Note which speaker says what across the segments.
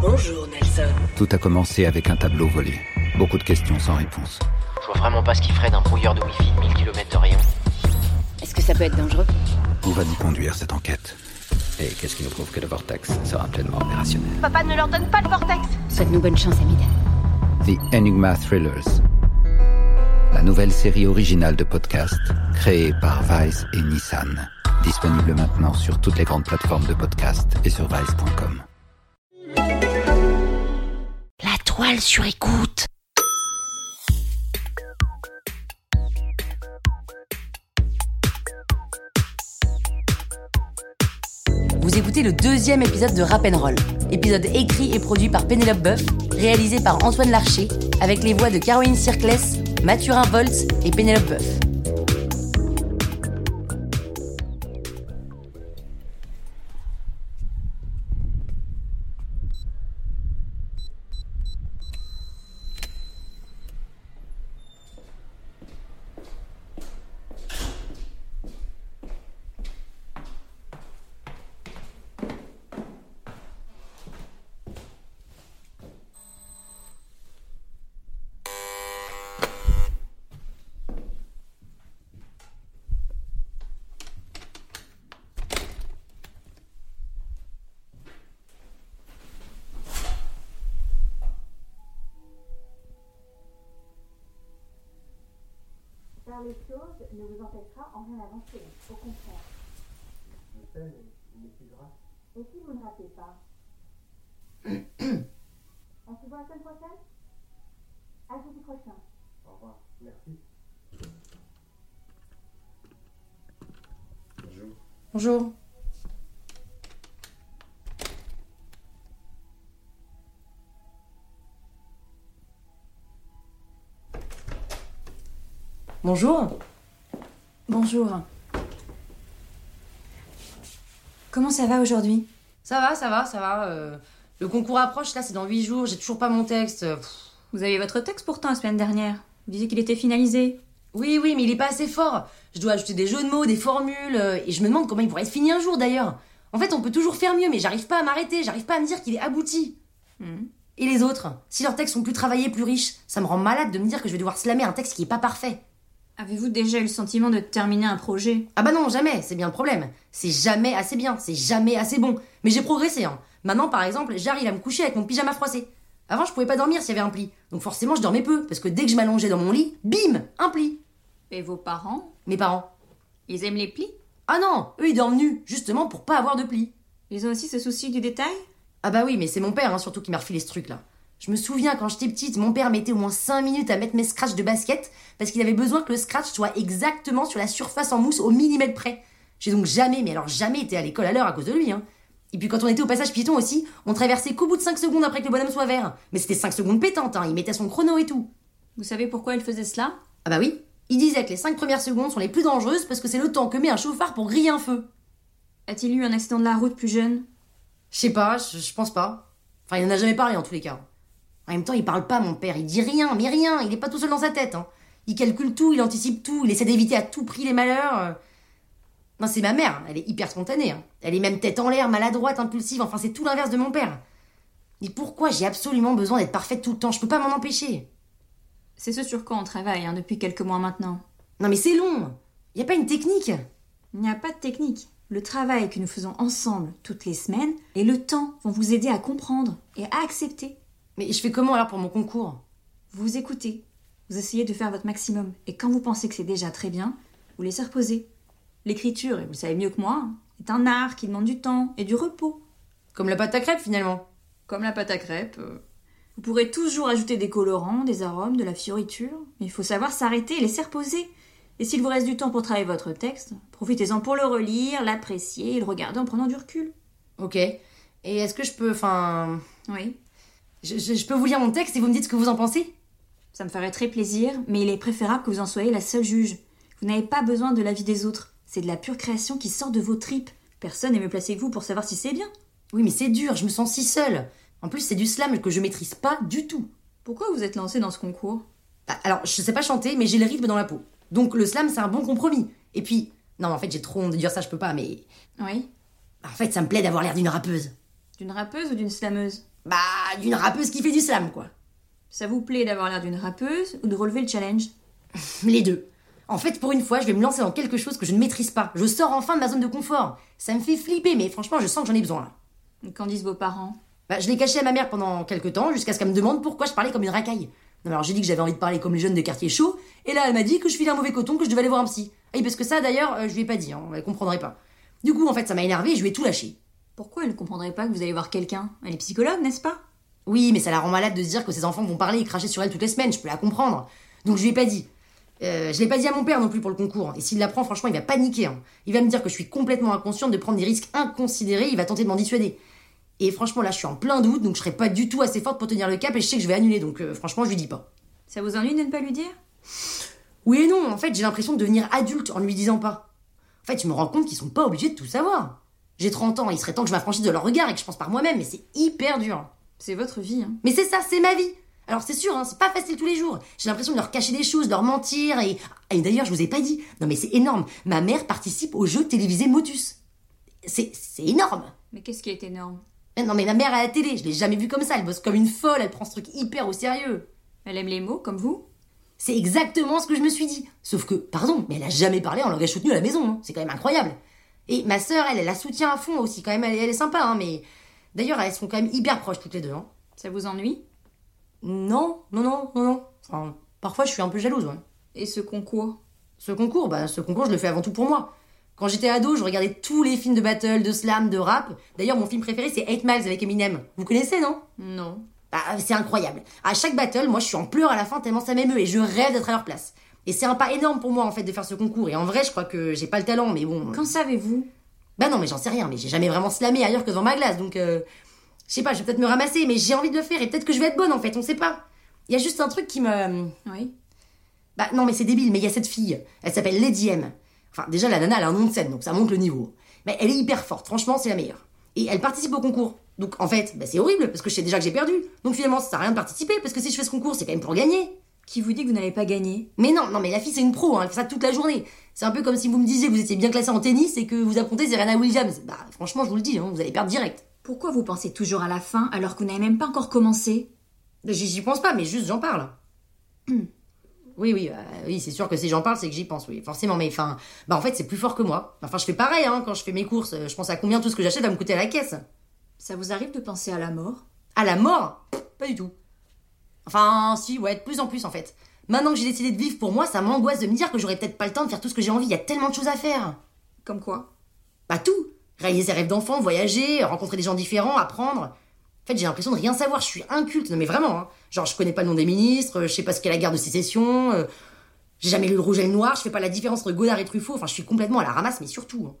Speaker 1: Bonjour Nelson.
Speaker 2: Tout a commencé avec un tableau volé. Beaucoup de questions sans réponse.
Speaker 3: Je vois vraiment pas ce qu'il ferait d'un brouilleur de Wi-Fi de 1000 km de rayon.
Speaker 1: Est-ce que ça peut être dangereux
Speaker 2: On va nous conduire cette enquête. Et qu'est-ce qui nous prouve que le Vortex sera pleinement opérationnel
Speaker 4: Papa ne leur donne pas le vortex.
Speaker 1: Souhaite-nous bonne chance, Amid.
Speaker 2: The Enigma Thrillers. La nouvelle série originale de podcast créée par Vice et Nissan. Disponible maintenant sur toutes les grandes plateformes de podcast et sur vice.com.
Speaker 5: La toile sur écoute. Vous écoutez le deuxième épisode de Rap and Roll, épisode écrit et produit par Pénélope Boeuf, réalisé par Antoine Larcher, avec les voix de Caroline Circlès, Mathurin Volz et Pénélope Boeuf.
Speaker 4: Faire les choses ne vous empêchera en rien d'avancer, au contraire. Je sais, mais plus grave. Et si vous ne ratez pas On se voit la semaine prochaine À jeudi prochain.
Speaker 5: Bonjour. Bonjour.
Speaker 6: Bonjour. Comment ça va aujourd'hui
Speaker 5: Ça va, ça va, ça va. euh, le concours approche, là, c'est dans 8 jours, j'ai toujours pas mon texte. euh, pff.
Speaker 6: Vous avez votre texte pourtant la semaine dernière. Vous disiez qu'il était finalisé.
Speaker 5: Oui, oui, mais il est pas assez fort. Je dois ajouter des jeux de mots, des formules, euh, et je me demande comment il pourrait être fini un jour d'ailleurs. En fait, on peut toujours faire mieux, mais j'arrive pas à m'arrêter, j'arrive pas à me dire qu'il est abouti.
Speaker 6: Mhm.
Speaker 5: Et les autres Si leurs textes sont plus travaillés, plus riches, ça me rend malade de me dire que je vais devoir slammer un texte qui est pas parfait.
Speaker 6: Avez-vous déjà eu le sentiment de terminer un projet
Speaker 5: Ah bah non, jamais, c'est bien le problème. C'est jamais assez bien, c'est jamais assez bon. Mais j'ai progressé, hein. Maintenant, par exemple, j'arrive à me coucher avec mon pyjama froissé. Avant, je pouvais pas dormir s'il y avait un pli. Donc forcément, je dormais peu, parce que dès que je m'allongeais dans mon lit, bim, un pli.
Speaker 6: Et vos parents
Speaker 5: Mes parents.
Speaker 6: Ils aiment les plis
Speaker 5: Ah non, eux, ils dorment nus, justement pour pas avoir de pli.
Speaker 6: Ils ont aussi ce souci du détail
Speaker 5: Ah bah oui, mais c'est mon père, hein, surtout, qui m'a refilé ce truc-là. Je me souviens, quand j'étais petite, mon père mettait au moins 5 minutes à mettre mes scratchs de basket, parce qu'il avait besoin que le scratch soit exactement sur la surface en mousse au millimètre près. J'ai donc jamais, mais alors jamais été à l'école à l'heure à cause de lui, hein. Et puis quand on était au passage piéton aussi, on traversait qu'au bout de 5 secondes après que le bonhomme soit vert. Mais c'était 5 secondes pétantes, hein, il mettait son chrono et tout.
Speaker 6: Vous savez pourquoi ils faisaient cela
Speaker 5: Ah bah oui, il disait que les 5 premières secondes sont les plus dangereuses parce que c'est le temps que met un chauffard pour griller un feu.
Speaker 6: A-t-il eu un accident de la route plus jeune
Speaker 5: Je sais pas, je je pense pas. Enfin, il en a jamais parlé en tous les cas. En même temps, il parle pas, mon père. Il dit rien, mais rien. Il est pas tout seul dans sa tête. hein. Il calcule tout, il anticipe tout, il essaie d'éviter à tout prix les malheurs. euh. Non, c'est ma mère. Elle est hyper spontanée. hein. Elle est même tête en l'air, maladroite, impulsive. Enfin, c'est tout l'inverse de mon père. Mais pourquoi j'ai absolument besoin d'être parfaite tout le temps Je peux pas m'en empêcher.
Speaker 6: C'est ce sur quoi on travaille hein, depuis quelques mois maintenant.
Speaker 5: Non, mais c'est long. Y a pas une technique
Speaker 1: Il n'y a pas de technique. Le travail que nous faisons ensemble toutes les semaines et le temps vont vous aider à comprendre et à accepter.
Speaker 5: Mais je fais comment alors pour mon concours
Speaker 1: Vous écoutez, vous essayez de faire votre maximum et quand vous pensez que c'est déjà très bien, vous laissez reposer. L'écriture, et vous le savez mieux que moi, hein, est un art qui demande du temps et du repos.
Speaker 5: Comme la pâte à crêpes finalement.
Speaker 1: Comme la pâte à crêpes. euh, Vous pourrez toujours ajouter des colorants, des arômes, de la fioriture, mais il faut savoir s'arrêter et laisser reposer. Et s'il vous reste du temps pour travailler votre texte, profitez-en pour le relire, l'apprécier et le regarder en prenant du recul.
Speaker 5: Ok. Et est-ce que je peux, enfin,
Speaker 1: Oui,
Speaker 5: je, je- je peux vous lire mon texte et vous me dites ce que vous en pensez
Speaker 1: ça me ferait très plaisir, mais il est préférable que vous en soyez la seule juge. Vous n'avez pas besoin de l'avis des autres. C'est de la pure création qui sort de vos tripes. Personne n'est mieux placé que vous pour savoir si c'est bien.
Speaker 5: Oui, mais c'est dur. Je me sens si seule. En plus, c'est du slam que je maîtrise pas du tout.
Speaker 1: Pourquoi vous êtes lancé dans ce concours
Speaker 5: Bah, Alors, je sais pas chanter, mais j'ai le rythme dans la peau. Donc le slam, c'est un bon compromis. Et puis, non, en fait, j'ai trop honte de dire ça, je peux pas. Mais
Speaker 1: Oui.
Speaker 5: en fait, ça me plaît d'avoir l'air d'une rappeuse.
Speaker 1: D'une rappeuse ou d'une slameuse
Speaker 5: Bah, d'une rappeuse qui fait du slam, quoi.
Speaker 1: Ça vous plaît d'avoir l'air d'une rappeuse ou de relever le challenge
Speaker 5: Les deux. En fait, pour une fois, je vais me lancer dans quelque chose que je ne maîtrise pas. Je sors enfin de ma zone de confort. Ça me fait flipper, mais franchement, je sens que j'en ai besoin là.
Speaker 1: Qu'en disent vos parents
Speaker 5: Bah, je l'ai caché à ma mère pendant quelques temps, jusqu'à ce qu'elle me demande pourquoi je parlais comme une racaille. Non, mais alors j'ai dit que j'avais envie de parler comme les jeunes de quartier chaud, et là elle m'a dit que je filais un mauvais coton, que je devais aller voir un psy. Ah oui, parce que ça d'ailleurs, euh, je lui ai pas dit, hein, elle comprendrait pas. Du coup, en fait, ça m'a énervé et je lui ai tout lâché.
Speaker 1: Pourquoi elle ne comprendrait pas que vous allez voir quelqu'un Elle est psychologue, n'est-ce pas
Speaker 5: Oui, mais ça la rend malade de se dire que ses enfants vont parler et cracher sur elle toutes les semaines, je peux la comprendre. Donc je lui ai pas dit. Euh, je l'ai pas dit à mon père non plus pour le concours. Et s'il l'apprend, franchement, il va paniquer. hein. Il va me dire que je suis complètement inconsciente de prendre des risques inconsidérés, il va tenter de m'en dissuader. Et franchement, là, je suis en plein doute, donc je serai pas du tout assez forte pour tenir le cap et je sais que je vais annuler, donc euh, franchement, je lui dis pas.
Speaker 1: Ça vous ennuie de ne pas lui dire
Speaker 5: Oui et non, en fait, j'ai l'impression de devenir adulte en lui disant pas. En fait, je me rends compte qu'ils sont pas obligés de tout savoir. J'ai 30 ans, il serait temps que je m'affranchisse de leur regard et que je pense par moi-même, mais c'est hyper dur.
Speaker 1: C'est votre vie, hein.
Speaker 5: Mais c'est ça, c'est ma vie. Alors c'est sûr, hein, c'est pas facile tous les jours. J'ai l'impression de leur cacher des choses, de leur mentir et... ah, Et d'ailleurs, je vous ai pas dit. Non mais c'est énorme. Ma mère participe au jeu télévisé Motus. C'est c'est énorme.
Speaker 1: Mais qu'est-ce qui est énorme
Speaker 5: Mais non mais ma mère à la télé, je l'ai jamais vue comme ça. Elle bosse comme une folle, elle prend ce truc hyper au sérieux.
Speaker 1: Elle aime les mots, comme vous
Speaker 5: C'est exactement ce que je me suis dit. Sauf que, pardon, mais elle a jamais parlé en langage soutenu à la maison. hein. C'est quand même incroyable. Et ma sœur, elle, elle la soutient à fond aussi. Quand même, elle, elle est sympa, hein, mais... D'ailleurs, elles sont quand même hyper proches toutes les deux. Hein.
Speaker 1: Ça vous ennuie
Speaker 5: Non, non, non, non, non. Enfin, parfois, je suis un peu jalouse. ouais.
Speaker 1: Et ce concours
Speaker 5: Ce concours, bah, ce concours, je le fais avant tout pour moi. Quand j'étais ado, je regardais tous les films de battle, de slam, de rap. D'ailleurs, mon film préféré, c'est 8 Miles avec Eminem. Vous connaissez, non
Speaker 1: Non.
Speaker 5: Bah, c'est incroyable. À chaque battle, moi, je suis en pleurs à la fin tellement ça m'émeut et je rêve d'être à leur place. Et c'est un pas énorme pour moi, en fait, de faire ce concours. Et en vrai, je crois que j'ai pas le talent, mais bon...
Speaker 1: Quand savez-vous
Speaker 5: Bah non, mais j'en sais rien, mais j'ai jamais vraiment slamé ailleurs que devant ma glace, donc euh, je sais pas, je vais peut-être me ramasser, mais j'ai envie de le faire et peut-être que je vais être bonne en fait, on sait pas. Il y a juste un truc qui me.
Speaker 1: Oui.
Speaker 5: Bah non, mais c'est débile, mais il y a cette fille, elle s'appelle Lady M. Enfin, déjà, la nana, elle a un nom de scène, donc ça monte le niveau. Mais elle est hyper forte, franchement, c'est la meilleure. Et elle participe au concours. Donc en fait, bah, c'est horrible, parce que je sais déjà que j'ai perdu. Donc finalement, ça sert à rien de participer, parce que si je fais ce concours, c'est quand même pour gagner.
Speaker 1: Qui vous dit que vous n'allez pas gagner
Speaker 5: Mais non, non, mais la fille, c'est une pro, hein, elle fait ça toute la journée. C'est un peu comme si vous me disiez que vous étiez bien classé en tennis et que vous affrontez Serena Williams. Bah, franchement, je vous le dis, hein, vous allez perdre direct.
Speaker 1: Pourquoi vous pensez toujours à la fin alors que vous n'avez même pas encore commencé
Speaker 5: J'y j'y pense pas, mais juste j'en parle. oui, oui, euh, oui, c'est sûr que si j'en parle, c'est que j'y pense, oui, forcément. Mais enfin, bah en fait, c'est plus fort que moi. Enfin, je fais pareil, hein, quand je fais mes courses, euh, je pense à combien tout ce que j'achète va me coûter à la caisse.
Speaker 1: Ça vous arrive de penser à la mort
Speaker 5: À la mort Pff, Pas du tout. Enfin, si, ouais, de plus en plus en fait. Maintenant que j'ai décidé de vivre pour moi, ça m'angoisse de me dire que j'aurais peut-être pas le temps de faire tout ce que j'ai envie. Il y a tellement de choses à faire.
Speaker 1: Comme quoi
Speaker 5: Bah tout Réaliser ses rêves d'enfant, voyager, rencontrer des gens différents, apprendre. En fait, j'ai l'impression de rien savoir, je suis inculte, non mais vraiment. hein. Genre, je connais pas le nom des ministres, euh, je sais pas ce qu'est la guerre de sécession, euh, j'ai jamais lu le rouge et le noir, je fais pas la différence entre Godard et Truffaut, enfin, je suis complètement à la ramasse, mais surtout. hein.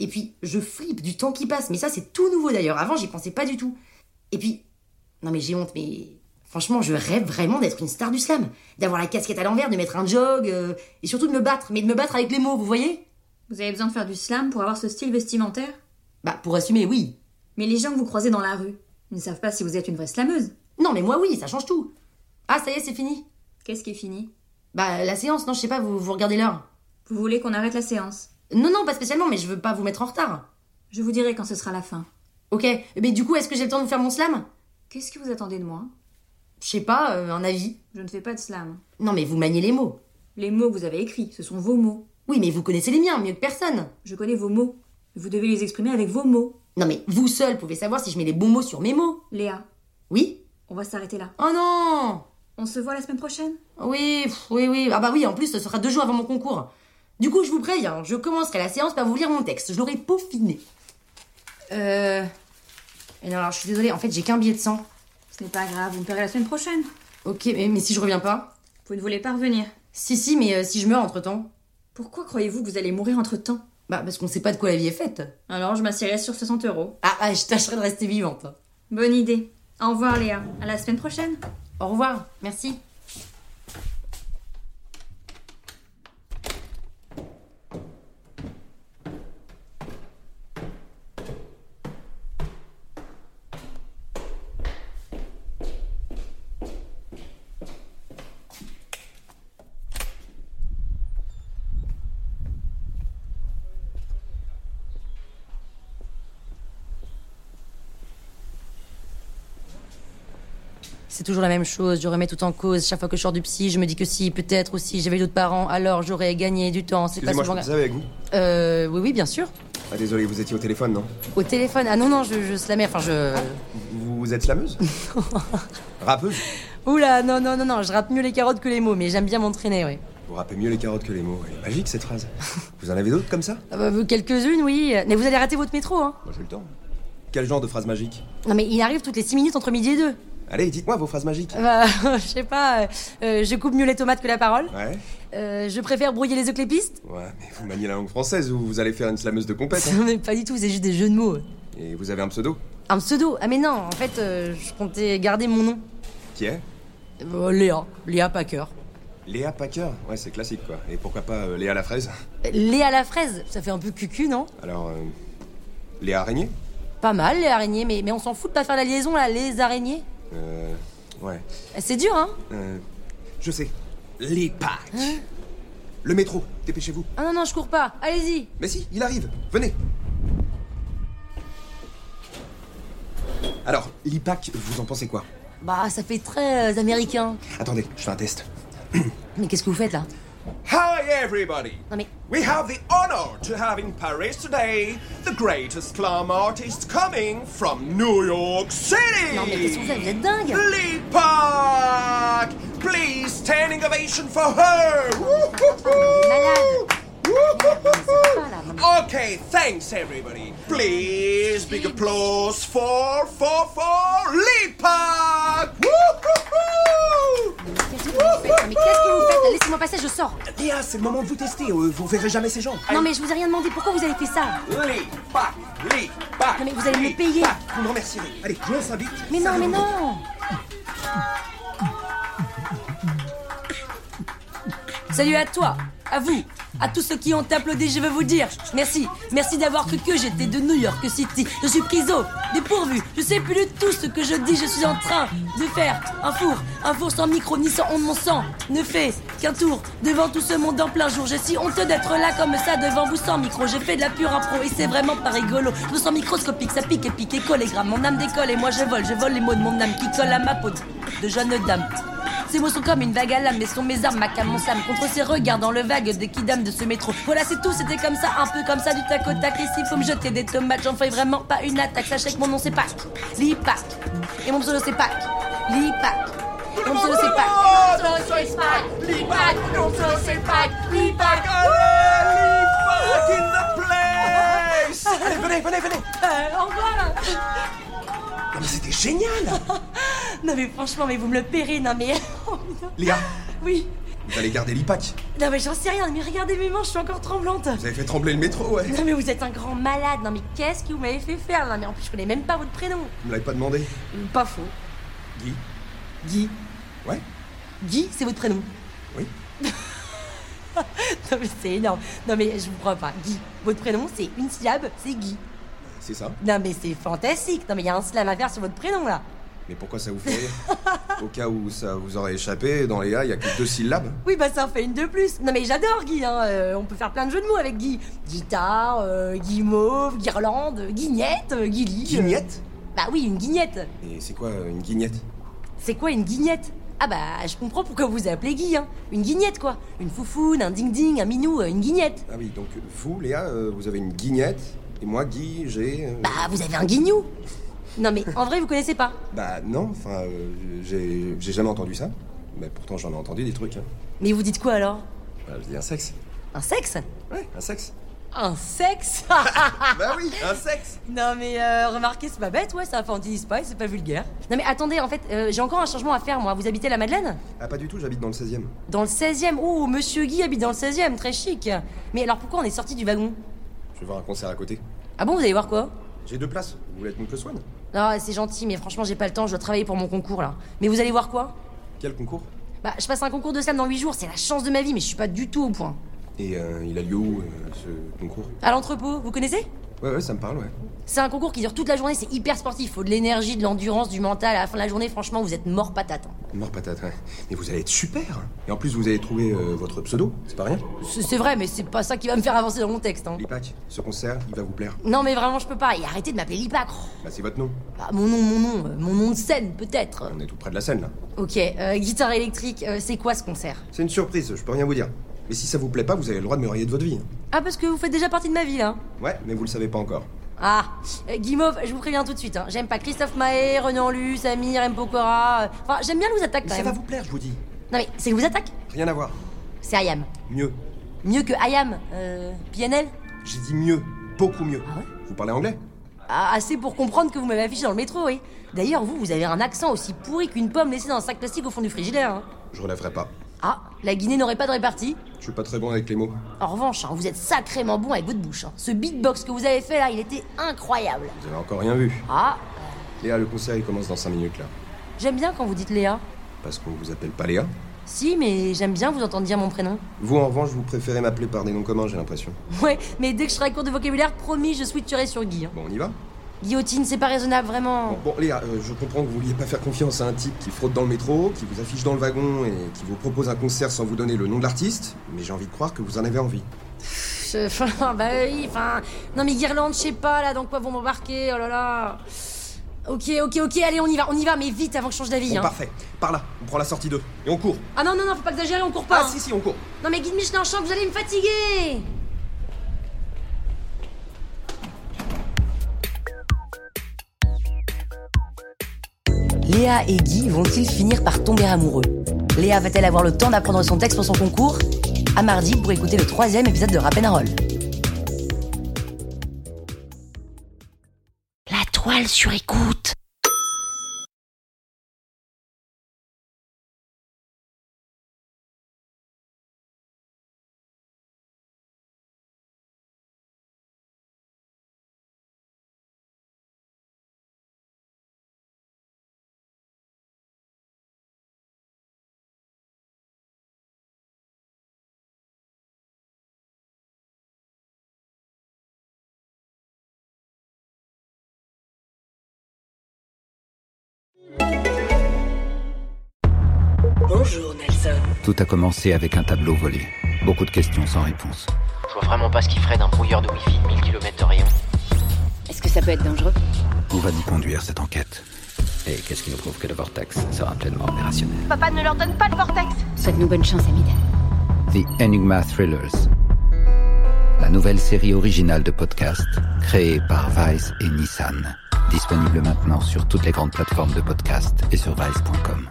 Speaker 5: Et puis, je flippe du temps qui passe, mais ça, c'est tout nouveau d'ailleurs, avant, j'y pensais pas du tout. Et puis, non mais j'ai honte, mais franchement, je rêve vraiment d'être une star du slam, d'avoir la casquette à l'envers, de mettre un jog, euh, et surtout de me battre, mais de me battre avec les mots, vous voyez
Speaker 1: Vous avez besoin de faire du slam pour avoir ce style vestimentaire
Speaker 5: Bah, pour assumer, oui,
Speaker 1: Mais les gens que vous croisez dans la rue, ils ne savent pas si vous êtes une vraie slameuse.
Speaker 5: Non, mais moi oui, ça change tout. Ah, ça y est, c'est fini.
Speaker 1: Qu'est-ce qui est fini
Speaker 5: Bah, la séance, non, je sais pas, vous, vous regardez l'heure.
Speaker 1: Vous voulez qu'on arrête la séance
Speaker 5: Non, non, pas spécialement, mais je veux pas vous mettre en retard.
Speaker 1: Je vous dirai quand ce sera la fin.
Speaker 5: Ok, mais du coup, est-ce que j'ai le temps de vous faire mon slam
Speaker 1: Qu'est-ce que vous attendez de moi
Speaker 5: Je sais pas, euh, un avis.
Speaker 1: Je ne fais pas de slam.
Speaker 5: Non, mais vous maniez les mots.
Speaker 1: Les mots que vous avez écrits, ce sont vos mots.
Speaker 6: Oui, mais vous connaissez les miens mieux que personne.
Speaker 1: Je connais vos mots. Vous devez les exprimer avec vos mots.
Speaker 6: Non, mais vous seul pouvez savoir si je mets les bons mots sur mes mots.
Speaker 1: Léa,
Speaker 6: Oui
Speaker 1: on va s'arrêter là.
Speaker 6: Oh non
Speaker 1: On se voit la semaine prochaine
Speaker 6: Oui, pff, oui, oui. Ah bah oui, en plus, ce sera deux jours avant mon concours. Du coup, je vous préviens, hein, je commencerai la séance par vous lire mon texte. Je l'aurai peaufiné. Euh... Et non, alors, je suis désolée, en fait, j'ai qu'un billet de sang.
Speaker 1: Ce n'est pas grave, vous me paierez la semaine prochaine.
Speaker 6: Ok, mais, mais si je reviens pas
Speaker 1: Vous ne voulez pas revenir.
Speaker 6: Si, si, mais euh, si je meurs entre-temps
Speaker 1: Pourquoi croyez-vous que vous allez mourir entre-temps
Speaker 6: Bah, parce qu'on sait pas de quoi la vie est faite.
Speaker 1: Alors je m'assierai sur 60 euros.
Speaker 6: Ah, ah, je tâcherai de rester vivante.
Speaker 1: Bonne idée. Au revoir Léa. À la semaine prochaine.
Speaker 6: Au revoir, merci. C'est toujours la même chose, je remets tout en cause. Chaque fois que je sors du psy, je me dis que si, peut-être, ou si j'avais d'autres parents, alors j'aurais gagné du temps. C'est pas
Speaker 7: Excusez-moi, je
Speaker 6: souvent...
Speaker 7: peux poser avec vous
Speaker 6: Euh, oui, oui, bien sûr.
Speaker 7: Ah, désolé, vous étiez au téléphone, non
Speaker 6: Au téléphone. Ah non, non, je, je slamais, enfin je...
Speaker 7: Vous vous êtes slameuse Rappeuse
Speaker 6: Oula, non, non, non, non, je rate mieux les carottes que les mots, mais j'aime bien m'entraîner, oui.
Speaker 7: Vous rappez mieux les carottes que les mots. Elle est magique, cette phrase. Vous en avez d'autres comme ça
Speaker 6: Ah bah, vous, Quelques-unes, oui. Mais vous allez rater votre métro, hein.
Speaker 7: Moi, j'ai le temps. Quel genre de phrase magique
Speaker 6: Non, mais il arrive toutes les 6 minutes entre midi et 2.
Speaker 7: Allez, dites-moi vos phrases magiques.
Speaker 6: Bah, je sais pas, euh, euh, je coupe mieux les tomates que la parole.
Speaker 7: Ouais
Speaker 6: Euh, je préfère brouiller les œufs que les pistes.
Speaker 7: Ouais, mais vous maniez la langue française ou vous allez faire une slameuse de compète hein
Speaker 6: Non, mais pas du tout, c'est juste des jeux de mots.
Speaker 7: Et vous avez un pseudo
Speaker 6: Un pseudo Ah, mais non, en fait, euh, je comptais garder mon nom.
Speaker 7: Qui est
Speaker 6: Euh, Léa, Léa Packer.
Speaker 7: Léa Packer. Ouais, c'est classique, quoi. Et pourquoi pas euh, Léa la fraise
Speaker 6: Euh, Léa la fraise, ça fait un peu cucu, non
Speaker 7: Alors, euh, Léa araignée
Speaker 6: Pas mal, les araignées, mais, mais on s'en fout de pas faire la liaison, là, les araignées.
Speaker 7: Euh, ouais.
Speaker 6: C'est dur, hein
Speaker 7: Euh, je sais. Les Pâques. Le métro, dépêchez-vous.
Speaker 6: Ah non, non, je cours pas, allez-y.
Speaker 7: Mais si, il arrive. Venez. Alors, l'IPAC, vous en pensez quoi
Speaker 6: Bah, ça fait très euh, américain.
Speaker 7: Attendez, je fais un test.
Speaker 6: Mais qu'est-ce que vous faites, là
Speaker 8: Hi, everybody!
Speaker 6: Non, mais
Speaker 8: We have the honor to have in Paris today the greatest clam artist coming from New York City!
Speaker 6: Non, mais qu'est-ce que vous faites Vous êtes dingue
Speaker 8: Lee Park! Please, standing ovation for her! Woo-hoo-hoo! Woo-hoo-hoo! Okay, thanks everybody. Please, big applause for for for Lee Park! Woo-hoo-hoo!
Speaker 6: Qu'est-ce que vous faites là Mais qu'est-ce que vous faites là Laissez-moi passer, je sors.
Speaker 7: Léa, c'est le moment de vous tester. euh, Vous verrez jamais ces gens.
Speaker 6: Non, mais je vous ai rien demandé, pourquoi vous avez fait ça
Speaker 8: Lee Park! Lee Park!
Speaker 6: Non, mais vous allez me payer.
Speaker 7: Vous me remercierez. Allez, je s'invite.
Speaker 6: Mais non, mais non Salut à toi, à vous, à tous ceux qui ont applaudi, je veux vous dire merci. Merci d'avoir cru que j'étais de New York City. Je suis priso, dépourvu, je sais plus du tout ce que je dis. Je suis en train de faire un four, un four sans micro ni sans onde. Mon sang ne fait qu'un tour devant tout ce monde en plein jour. J'ai si honteux d'être là comme ça devant vous sans micro. J'ai fait de la pure impro et c'est vraiment pas rigolo. Je me sens microscopique, ça pique et pique et colle et grimpe. Mon âme décolle et moi je vole, je vole les mots de mon âme qui colle à ma peau de- de jeune dame. Ces mots sont comme une vague à l'âme, mais sont mes armes, ma cam, mon sam, contre ces regards dans le vague des kidam de ce métro. Voilà, c'est tout, c'était comme ça, un peu comme ça, du tac au tac. Ici, faut me jeter des tomates, j'en fais vraiment pas une attaque. Sachez que mon nom c'est Pac, Lipac, et mon pseudo c'est Pac, Lipac. Mon pseudo c'est Pac, mon pseudo c'est Pac, Lipac, mon pseudo c'est Pac, Lipac.
Speaker 8: Park in the place!
Speaker 7: Allez, venez, venez, venez.
Speaker 6: Euh, Au revoir.
Speaker 7: Non, mais c'était génial.
Speaker 6: Non mais franchement, mais vous me le paierez, non mais.
Speaker 7: Léa,
Speaker 6: Oui.
Speaker 7: vous allez garder l'IPAC.
Speaker 6: Non mais j'en sais rien, mais regardez mes manches, je suis encore tremblante.
Speaker 7: Vous avez fait trembler le métro, ouais.
Speaker 6: Non mais vous êtes un grand malade, non mais qu'est-ce que vous m'avez fait faire Non mais en plus je connais même pas votre prénom.
Speaker 7: Vous me l'avez pas demandé.
Speaker 6: Pas faux.
Speaker 7: Guy.
Speaker 6: Guy.
Speaker 7: Ouais.
Speaker 6: Guy, c'est votre prénom
Speaker 7: Oui.
Speaker 6: Non mais c'est énorme. Non mais je vous crois pas. Guy. Votre prénom, c'est une syllabe, c'est Guy.
Speaker 7: C'est ça.
Speaker 6: Non mais c'est fantastique. Non mais il y a un slam à faire sur votre prénom là.
Speaker 7: Mais pourquoi ça vous fait rire Au cas où ça vous aurait échappé, dans Léa, il y a que deux syllabes.
Speaker 6: Oui bah ça en fait une de plus. Non mais j'adore Guy. Hein. Euh, on peut faire plein de jeux de mots avec Guy. Guitare, euh, guimauve, guirlande, guignette, euh, guilly. euh.
Speaker 7: Guignette
Speaker 6: Bah oui, une guignette.
Speaker 7: Et c'est quoi euh, une guignette
Speaker 6: C'est quoi une guignette Ah bah, je comprends pourquoi vous appelez Guy, hein. Une guignette, quoi. Une foufoune, un ding-ding, un minou, euh, une guignette.
Speaker 7: Ah oui, donc vous, Léa, euh, vous avez une guignette, et moi, Guy, j'ai... euh,
Speaker 6: Bah, vous avez un guignou Non mais, en vrai, vous connaissez pas.
Speaker 7: Bah non, enfin, euh, j'ai j'ai jamais entendu ça. Mais pourtant, j'en ai entendu des trucs. hein.
Speaker 6: Mais vous dites quoi, alors
Speaker 7: Bah, je dis un sexe.
Speaker 6: Un sexe
Speaker 7: Ouais, un sexe.
Speaker 6: Un sexe Ah,
Speaker 7: Bah oui, un sexe
Speaker 6: Non mais, euh, remarquez, c'est pas bête, ouais, ça infantilise pas et c'est pas vulgaire. Non mais, attendez, en fait, euh, j'ai encore un changement à faire, moi. Vous habitez la Madeleine
Speaker 7: Ah pas du tout, j'habite dans le 16 e
Speaker 6: Dans le 16ème. Oh, monsieur Guy habite dans le 16ème, très chic. Mais alors, pourquoi on est sorti du wagon
Speaker 7: Je vais voir un concert à côté.
Speaker 6: Ah bon, vous allez voir quoi
Speaker 7: J'ai deux places. Vous voulez être mon plus one
Speaker 6: Non, c'est gentil, mais franchement, j'ai pas le temps, je dois travailler pour mon concours, là. Mais vous allez voir quoi
Speaker 7: Quel concours
Speaker 6: Bah, je passe un concours de slam dans 8 jours, c'est la chance de ma vie, mais je suis pas du tout au point.
Speaker 7: Et euh, il a lieu où, euh, ce concours
Speaker 6: À l'entrepôt, vous connaissez
Speaker 7: Ouais, ouais, ça me parle, ouais.
Speaker 6: C'est un concours qui dure toute la journée, c'est hyper sportif, faut de l'énergie, de l'endurance, du mental. À la fin de la journée, franchement, vous êtes mort patate. hein.
Speaker 7: Mort patate, ouais. Mais vous allez être super hein. Et en plus, vous avez trouvé euh, votre pseudo, c'est pas rien
Speaker 6: C'est c'est vrai, mais c'est pas ça qui va me faire avancer dans mon texte. Hein.
Speaker 7: Lipac, ce concert, il va vous plaire.
Speaker 6: Non, mais vraiment, je peux pas. Et arrêtez de m'appeler Lipac. Oh,
Speaker 7: Bah, c'est votre nom.
Speaker 6: bah, mon nom, mon nom, euh, mon nom de scène, peut-être. euh.
Speaker 7: On est tout près de la scène, là.
Speaker 6: Ok, euh, guitare électrique, euh, c'est quoi ce concert
Speaker 7: C'est une surprise, je peux rien vous dire. Mais si ça vous plaît pas, vous avez le droit de me rayer de votre vie.
Speaker 6: Ah, parce que vous faites déjà partie de ma hein. vie, là.
Speaker 7: Ouais, mais vous le savez pas encore.
Speaker 6: Ah, euh, Guimauve, je vous préviens tout de suite. hein, J'aime pas Christophe Mahé, Renan Luce, Samir, M. Pokora. euh, Enfin, j'aime bien les attaques
Speaker 7: Mais
Speaker 6: quand
Speaker 7: ça
Speaker 6: même.
Speaker 7: va vous plaire, je vous dis.
Speaker 6: Non, mais c'est que vous attaque
Speaker 7: Rien à voir.
Speaker 6: C'est Ayam.
Speaker 7: Mieux.
Speaker 6: Mieux que Ayam. Euh, PNL
Speaker 7: J'ai dit mieux. Beaucoup mieux. vous parlez anglais
Speaker 6: Ah, Assez pour comprendre que vous m'avez affiché dans le métro, oui. D'ailleurs, vous, vous avez un accent aussi pourri qu'une pomme laissée dans un sac plastique au fond du frigidaire. hein.
Speaker 7: Je relèverai pas.
Speaker 6: Ah, la Guinée n'aurait pas de répartie.
Speaker 7: Je suis pas très bon avec les mots.
Speaker 6: En revanche, hein, vous êtes sacrément bon avec votre bouche. hein. Ce beatbox que vous avez fait là, il était incroyable.
Speaker 7: Vous avez encore rien vu.
Speaker 6: Ah,
Speaker 7: Léa, le concert, il commence dans 5 minutes, là.
Speaker 6: j'aime bien quand vous dites Léa.
Speaker 7: Parce qu'on vous appelle pas Léa.
Speaker 6: Si, mais j'aime bien vous entendre dire mon prénom.
Speaker 7: Vous, en revanche, vous préférez m'appeler par des noms communs, j'ai l'impression.
Speaker 6: Ouais, mais dès que je serai à court de vocabulaire, promis, je switcherai sur Guy. hein.
Speaker 7: Bon, on y va
Speaker 6: Guillotine, c'est pas raisonnable, vraiment.
Speaker 7: Bon, bon, Léa, euh, je comprends que vous vouliez pas faire confiance à un type qui fraude dans le métro, qui vous affiche dans le wagon et qui vous propose un concert sans vous donner le nom de l'artiste, mais j'ai envie de croire que vous en avez envie.
Speaker 6: Je- Enfin, bah oui, enfin. Non, mais Guirlande, je sais pas, là, dans quoi vont m'embarquer, oh là là. Ok, ok, ok, allez, on y va, on y va, mais vite avant que je change d'avis.
Speaker 7: Bon,
Speaker 6: hein.
Speaker 7: parfait. Par là, on prend la sortie 2 et on court.
Speaker 6: Ah non, non, non, faut pas exagérer, on court pas.
Speaker 7: Ah,
Speaker 6: hein.
Speaker 7: si, si, on court.
Speaker 6: Non, mais Guide Michelin en champ, vous allez me fatiguer. Léa et Guy vont-ils finir par tomber amoureux Léa va-t-elle avoir le temps d'apprendre son texte pour son concours À mardi pour écouter le troisième épisode de Rap'n'Roll. La toile sur écoute
Speaker 9: Bonjour Nelson.
Speaker 2: Tout a commencé avec un tableau volé. Beaucoup de questions sans réponse.
Speaker 3: Je vois vraiment pas ce qu'il ferait d'un brouilleur de wifi de 1000 km de rayon.
Speaker 9: Est-ce que ça peut être dangereux
Speaker 2: On va nous conduire cette enquête. Et qu'est-ce qui nous prouve que le vortex sera pleinement opérationnel
Speaker 9: Papa ne leur donne pas le vortex. Souhaite-nous bonne chance, Amid.
Speaker 2: The Enigma Thrillers. La nouvelle série originale de podcast créée par Vice et Nissan. Disponible maintenant sur toutes les grandes plateformes de podcast et sur vice.com.